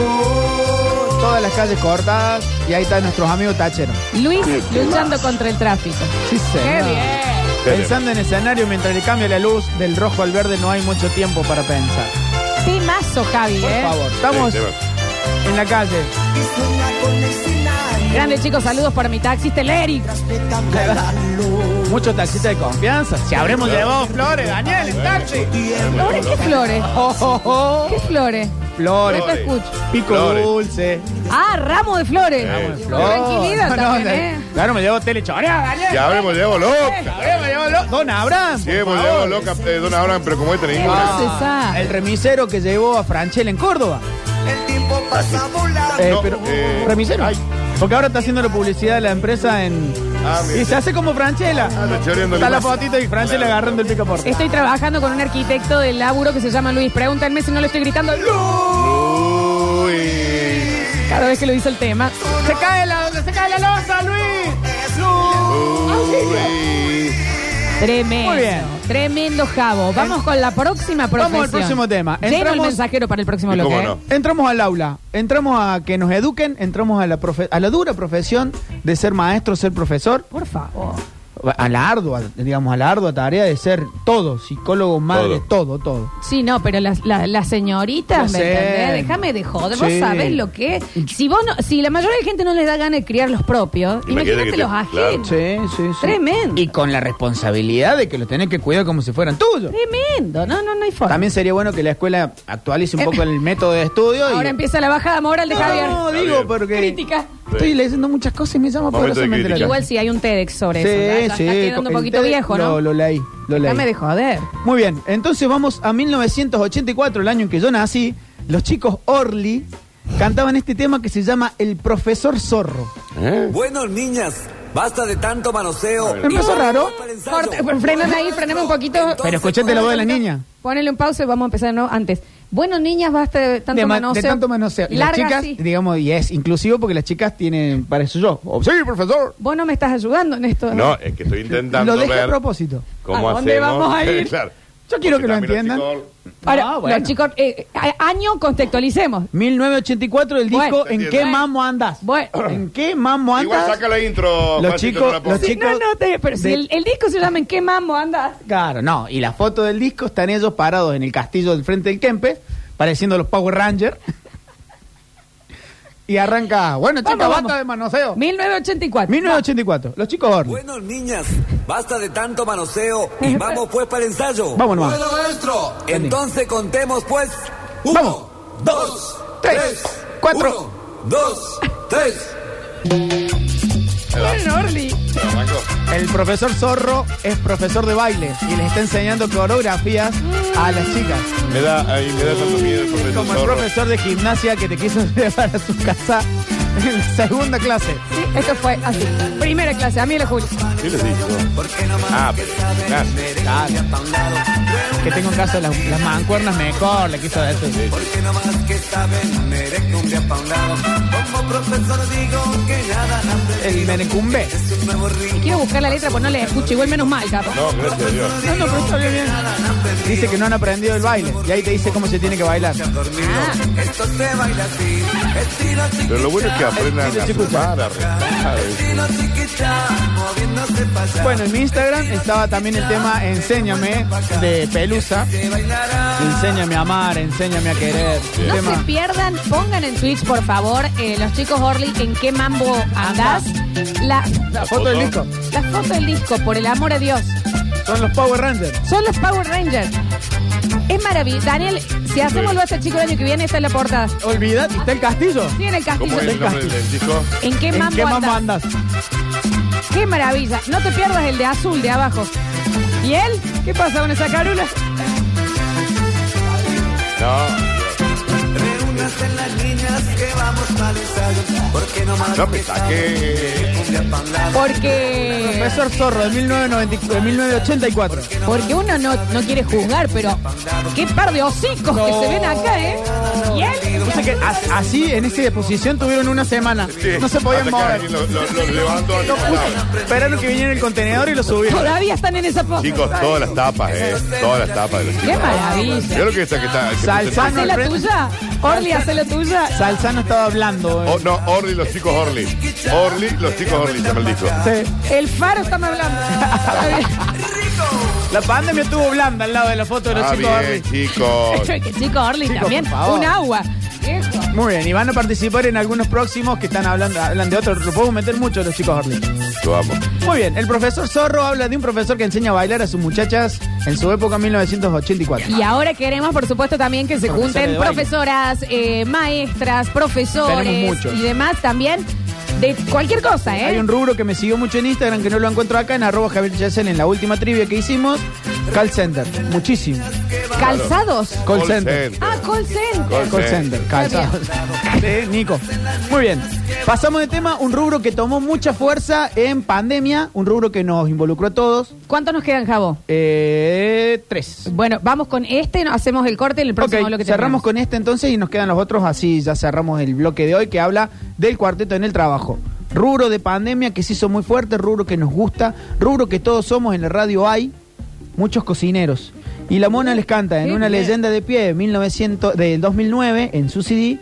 S8: tráfico.
S4: Todas las calles cortadas y ahí están nuestros amigos tacheros.
S1: Luis luchando contra el tráfico.
S4: Sí,
S1: ¡Qué
S4: señor.
S1: bien!
S4: Pensando en escenario mientras le cambia la luz del rojo al verde no hay mucho tiempo para pensar.
S1: Timazo, Javi,
S4: Por
S1: ¿eh?
S4: favor, estamos
S2: Sí,
S4: en la calle.
S8: Y sueña con el escenario.
S1: Grande chicos, saludos para mi Este, taxista, el Eric.
S8: Te cambia la luz.
S4: Muchos taxistas de confianza. Si habremos llevado flores, Daniel, el taxi.
S1: Flores, ¿qué flores?
S4: Oh, oh, oh.
S1: ¿Qué flores?
S4: Flores,
S1: No te escucho.
S4: pico
S2: Flores.
S4: dulce.
S1: Ah, ramo de flores.
S2: Ramo de
S4: flores.
S1: Tranquilidad
S4: No, no,
S1: también,
S4: no.
S1: ¿eh?
S4: Claro, me llevo tele choreada, Daniel.
S2: Ya habremos llegado loca.
S4: Ahora me llevo lo- Don Abraham.
S2: Sí,
S4: por
S2: hemos
S4: favor.
S2: llegado loca, eh, don Abraham, pero como este
S1: Qué
S2: ninguna.
S4: Ah.
S1: dulce esa.
S4: El remisero que llevó a Franchel en Córdoba.
S8: El tiempo pasa volando.
S4: Eh,
S2: No,
S4: pero,
S2: eh,
S4: remisero. Porque ahora está haciendo la publicidad de la empresa en
S2: Ah, mira.
S4: Y se hace como Franchella.
S2: Anda choreando
S4: Está la
S2: limón.
S4: fotito y Franchella agarrando el picaporte.
S1: Estoy trabajando con un arquitecto del laburo que se llama Luis. Pregúntenme si no le estoy gritando ¡Luz!
S2: Uy.
S1: Cada vez que lo dice el tema. ¡Se cae la, se cae la losa, Luis!
S2: Uy.
S1: Tremendo.
S4: Muy bien.
S1: Tremendo, Javo. Vamos con la próxima profesión.
S4: Vamos al próximo tema.
S1: Lleno el
S4: Entramos-
S1: mensajero para el próximo
S2: ¿Y
S1: bloque.
S2: cómo
S1: ¿eh?
S2: no?
S4: Entramos al aula, entramos a que nos eduquen, entramos a la, profe- a la dura profesión de ser maestro, ser profesor,
S1: Por favor.
S4: a la ardua, digamos, a la ardua tarea de ser todo, psicólogo, madre, todo, todo.
S1: Sí, no, pero las, las, las señoritas,
S4: Ya
S1: ¿me
S4: sé.
S1: entendés? Déjame de joder. Vos
S4: Sí.
S1: sabés lo que es. Si, vos no, si la mayoría de gente no les da ganas de criar los propios,
S2: Imagínate
S1: imagínate
S2: que
S1: los
S2: te-
S1: ajenos.
S4: Sí, sí, sí.
S1: Tremendo.
S4: Y con la responsabilidad de que los tenés que cuidar como si fueran tuyos.
S1: Tremendo. No, no, no hay forma.
S4: También sería bueno que la escuela actualice un poco el método de estudio. y-
S1: Eh. Ahora empieza la bajada moral de
S4: No,
S1: Javier.
S4: No, digo porque.
S1: Crítica.
S4: Estoy leyendo muchas cosas y me llama
S2: Momento de
S4: poderosamente
S2: crítica.
S4: la atención.
S1: Igual si hay un TEDx sobre
S4: Sí,
S1: eso. ya- ya
S4: sí,
S1: Está quedando un
S4: co-
S1: poquito
S4: ustedes-
S1: viejo,
S4: Lo,
S1: ¿no?
S4: lo leí, lo leí.
S1: Déjame de joder.
S4: Muy bien, entonces vamos a 1984, el año en que yo nací. Los chicos Orly cantaban este tema que se llama El Profesor Zorro.
S2: ¿Eh?
S9: Bueno, niñas, basta de tanto manoseo.
S4: Empezó raro,
S1: Corta, fr- frename ahí, frename un poquito.
S4: pero escuchate la voz de la niña.
S1: Ponele un pausa y vamos a empezar de nuevo antes. Bueno, niñas, basta de tanto
S4: de, ma- de
S1: manoseo.
S4: tanto manoseo. Y las
S1: Larga
S4: chicas,
S1: así.
S4: digamos, y es inclusivo porque las chicas tienen para eso yo. Oh, sí, profesor.
S1: Vos no me estás ayudando en esto.
S2: No, es que estoy intentando
S4: Lo dejé
S2: ver
S4: a propósito.
S2: cómo
S1: ¿A dónde
S2: hacemos.
S1: vamos a ir?
S2: Claro.
S4: Yo quiero
S2: Porque
S4: que lo
S2: también los
S4: entiendan.
S2: chicos-
S1: Ahora,
S4: Ah, bueno.
S1: los chicos, eh, eh, año contextualicemos.
S4: 1984, el disco
S1: Bueno.
S4: ¿En qué
S1: Bueno.
S4: mamo andas?
S1: Bueno.
S4: ¿En qué mamo andas?
S2: Igual saca la intro.
S4: Los
S2: Juancito,
S4: chicos-
S2: no la pongo.
S4: los
S1: Sí, no,
S4: Chicos,
S1: no, te- pero si
S4: de-
S1: el, el disco se llama ¿En qué mambo andas?
S4: Claro, no. Y la foto del disco están ellos parados en el castillo del frente del Kempe, pareciendo los Power Rangers. y arranca, bueno, chicos,
S1: Vamos,
S4: basta
S1: vamos.
S4: de manoseo.
S1: 1984.
S4: 1984, los chicos Orly.
S9: Bueno, niñas, basta de tanto manoseo y vamos pues para el ensayo.
S4: Vamos nomás.
S5: Bueno, maestro.
S9: Entonces contemos pues.
S4: Vamos.
S9: dos,
S4: Tres, cuatro.
S9: uno, dos, tres.
S1: Bueno, Orly.
S2: Arrancó.
S4: El profesor Zorro es profesor de baile y les está enseñando coreografías a las chicas.
S2: Me da, ahí me da tanto miedo el profesor.
S4: Como el
S2: Zorro.
S4: profesor de gimnasia que te quiso llevar a su casa en la segunda clase.
S1: Sí, esto fue así. Primera clase, a mí la Juli.
S2: ¿Qué les dijo? Ah, pero. gracias.
S4: Que tengo en casa las, las mancuernas mejor, le quiso decir.
S9: Porque no más que saben, me dejo un día pa' un lado. Como profesor digo que nada antes
S4: El menecumbe.
S9: es un nuevo ritmo.
S1: Quiero buscar la letra, pues no la escucho. Igual menos mal, capaz.
S2: No, gracias a Dios.
S4: No, no, pero está bien. Dice que no han aprendido el baile. Y ahí te dice cómo se tiene que bailar.
S9: Esto se baila así, estilo
S2: Pero lo bueno es que aprendan a sumar, a restar.
S9: chiquita, moviéndose para allá.
S4: Bueno, en mi Instagram estaba también el tema Enséñame de Pelusa. Enséñame a amar, enséñame a querer.
S1: No
S4: Tema-
S1: se pierdan, pongan en Twitch, por favor, eh, los chicos Orly, en qué mambo andás. La,
S4: La foto del disco.
S1: la foto del disco, por el amor a Dios.
S4: Son los Power Rangers.
S1: Son los Power Rangers. Es maravilloso. Daniel, si hacemos el Basta Chico el año que viene, esta es la portada.
S4: Olvidate, está el castillo.
S1: Sí, en el
S2: ¿Cómo
S1: castillo.
S2: es el nombre del disco?
S1: ¿En qué
S4: ¿En
S1: mambo,
S4: qué mambo
S1: andás?
S4: andas?
S1: Qué maravilla. No te pierdas el de azul de abajo. ¿Y él? ¿Qué pasa con esa carula?
S2: No,
S9: Reúnanse las niñas que vamos para ensayo. Porque no más
S2: no me
S9: que saben,
S2: saqué.
S9: un día pa' un lado.
S1: Porque.
S4: Profesor Zorro de 1990 de 1984.
S1: Porque uno no, no quiere juzgar, pero qué par de hocicos que se ven acá, ¿eh? ¿Y él?
S4: Dice que as- así, en esa posición, tuvieron una semana.
S2: Sí,
S4: No se podían
S2: hasta que
S4: mover.
S2: alguien Los lo, lo levanto al
S4: Esperaron que viniera el contenedor y lo subieron.
S1: Todavía están en esa pose.
S2: Chicos, todas las tapas, eh. Todas las tapas de los chicos.
S1: Qué maravilla.
S2: Yo creo que esta que está. que
S4: Salsano.
S1: Hacé la tuya. Orly, hacé la tuya.
S4: Salzano estaba hablando. eh.
S2: Oh, no, Orly, los chicos Orly. Orly, los chicos Orly, se llama el disco.
S4: Sí.
S1: El faro está me hablando. Está bien.
S4: La pandemia estuvo blanda al lado de la foto de los
S2: Ah,
S4: chicos
S2: bien,
S4: Orly.
S2: chicos.
S1: Che, que Chico, Orly
S4: Chicos,
S1: también.
S4: por favor.
S1: Un agua. Viejo.
S4: Muy bien, y van a participar en algunos próximos que están hablando hablan de otros. Lo podemos meter mucho los chicos Orly.
S2: Lo amo.
S4: Muy bien, el profesor Zorro habla de un profesor que enseña a bailar a sus muchachas en su época 1984.
S1: Y ahora queremos, por supuesto, también que se
S4: Profesores
S1: junten
S4: de baile.
S1: profesoras, eh, maestras,
S4: Tenemos
S1: profesores
S4: muchos.
S1: y demás también de cualquier cosa,
S4: Hay
S1: ¿eh?
S4: un rubro que me siguió mucho en Instagram que no lo encuentro acá, en arroba Javier Chacen, en la última trivia que hicimos. Call center, muchísimo.
S1: Calzados.
S4: Call,
S2: Call center.
S4: center.
S2: Ah,
S1: Ah, call center.
S4: Call center, calzados. Sí, Nico. Muy bien. Pasamos de tema, un rubro que tomó mucha fuerza en pandemia, un rubro que nos involucró a todos.
S1: ¿Cuántos nos quedan, Javo?
S4: Eh, tres.
S1: Bueno, vamos con este, no- hacemos el corte en el próximo
S4: Ok,
S1: bloque. terminamos.
S4: cerramos con este entonces y nos quedan los otros, así ya cerramos el bloque de hoy que habla del cuarteto en el trabajo. Rubro de pandemia que se hizo muy fuerte, rubro que nos gusta, rubro que todos somos en la radio hay, muchos cocineros. Y la mona les canta en
S1: Qué
S4: una
S1: bien.
S4: leyenda de pie de 1900, del 2009 en su CD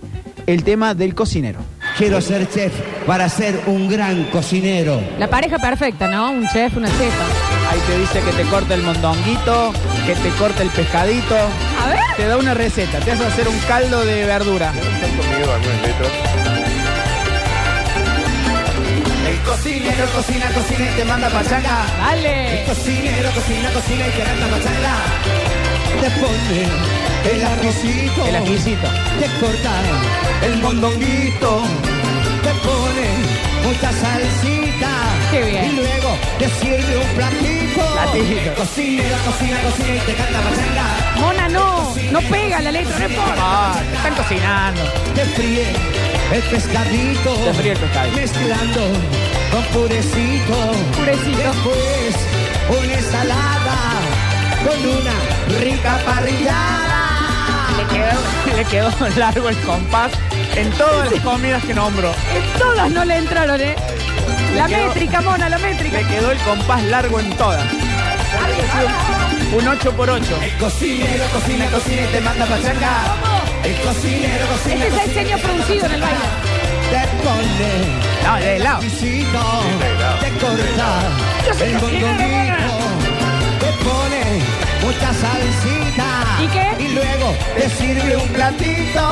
S4: el tema del cocinero.
S10: Quiero ser chef para ser un gran cocinero.
S1: La pareja perfecta, ¿no? Un chef, una chefa.
S4: Ahí te dice que te corta el mondonguito, que te corta el pescadito,
S1: A ver.
S4: te da una receta, te hace hacer un caldo de verdura.
S2: Tanto miedo a algunas letras.
S10: El cocinero cocina, cocina y te manda pachanga.
S1: Dale.
S10: Cocinero cocina, cocina y te manda pachanga. Te pone el arrocito.
S4: El ajicito.
S10: Te corta el mondonguito. Te pone mucha salsita.
S1: Qué bien.
S10: Y luego te sirve un platito.
S4: Platito.
S10: Cocinero cocina, cocina y te canta pachanga.
S1: Mona, no. No pega la letra, no importa.
S4: Ah, te están cocinando.
S10: Te fríe el pescadito.
S4: Te fríe el pescadito.
S10: Mezclando con purecito.
S1: Purecito.
S10: Después pues, una ensalada con una rica parrillada.
S4: Le quedó, le quedó largo el compás en todas las comidas que nombro.
S1: En todas no le entraron, ¿eh? La
S4: quedó-
S1: métrica, Mona, la métrica.
S4: Le quedó el compás largo en todas. Un 8x8.
S10: Cocinero, cocina, cocina y te manda pachanga. El cocinero, cocina,
S1: Este es el
S10: cocina.
S1: diseño producido en el baile.
S10: Te pone
S4: No, de lado.
S10: Pisito,
S2: helado.
S10: te corta
S1: Yo soy
S10: el
S1: cocinero,
S10: mondonguito, te pone mucha salsita.
S1: ¿Y qué?
S10: Y luego te sirve un platito.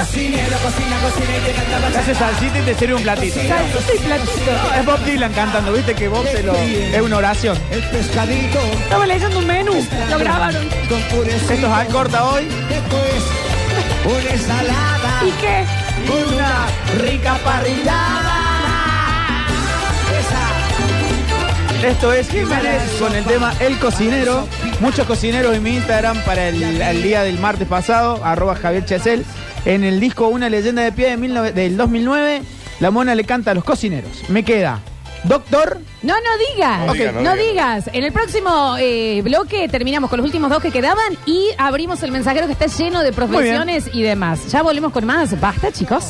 S10: Cocinero, cocina, cocina y te canta
S4: Te hace salsita y te sirve un platito.
S1: Salsita y platito.
S4: Es Bob Dylan cantando, viste que Bob se lo. Es una oración.
S10: El pescadito
S1: Estaba leyendo un menú. Lo grabaron.
S10: con purecito.
S4: Esto es al corta hoy.
S10: Después una ensalada
S1: ¿Y qué?
S10: con una rica parrillada. Esa
S4: Esto es Jiménez con el tema El Cocinero. Muchos cocineros en mi Instagram para el, el día del martes pasado, arroba Javier Chesel. En el disco Una leyenda de pie de 19 del 2009, la mona le canta a los cocineros. Me queda Doctor,
S1: No, no digas.
S2: No digas,
S1: no,
S2: no
S1: digas. En el próximo eh, bloque terminamos con los últimos dos que quedaban y abrimos el mensajero que está lleno de profesiones y demás. Ya volvemos con más. Basta, chicos.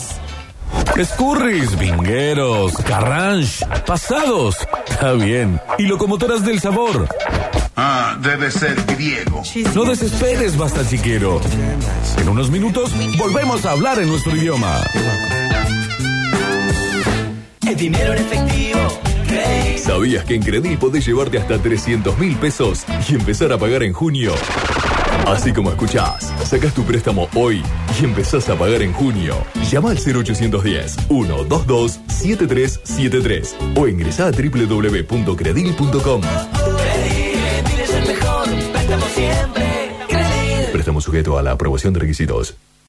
S7: Escurris, vingueros, carranche, pasados. Está bien. Y locomotoras del sabor.
S5: Ah, debe ser griego.
S7: No desesperes, basta chiquero. En unos minutos volvemos a hablar en nuestro idioma.
S10: es dinero en efectivo.
S7: ¿Sabías que en Credil podés llevarte hasta 300 mil pesos y empezar a pagar en junio? Así como escuchás, sacás tu préstamo hoy y empezás a pagar en junio. Llama al 0810-122-7373 o ingresá a www.credil.com. Préstamo sujeto a la aprobación de requisitos.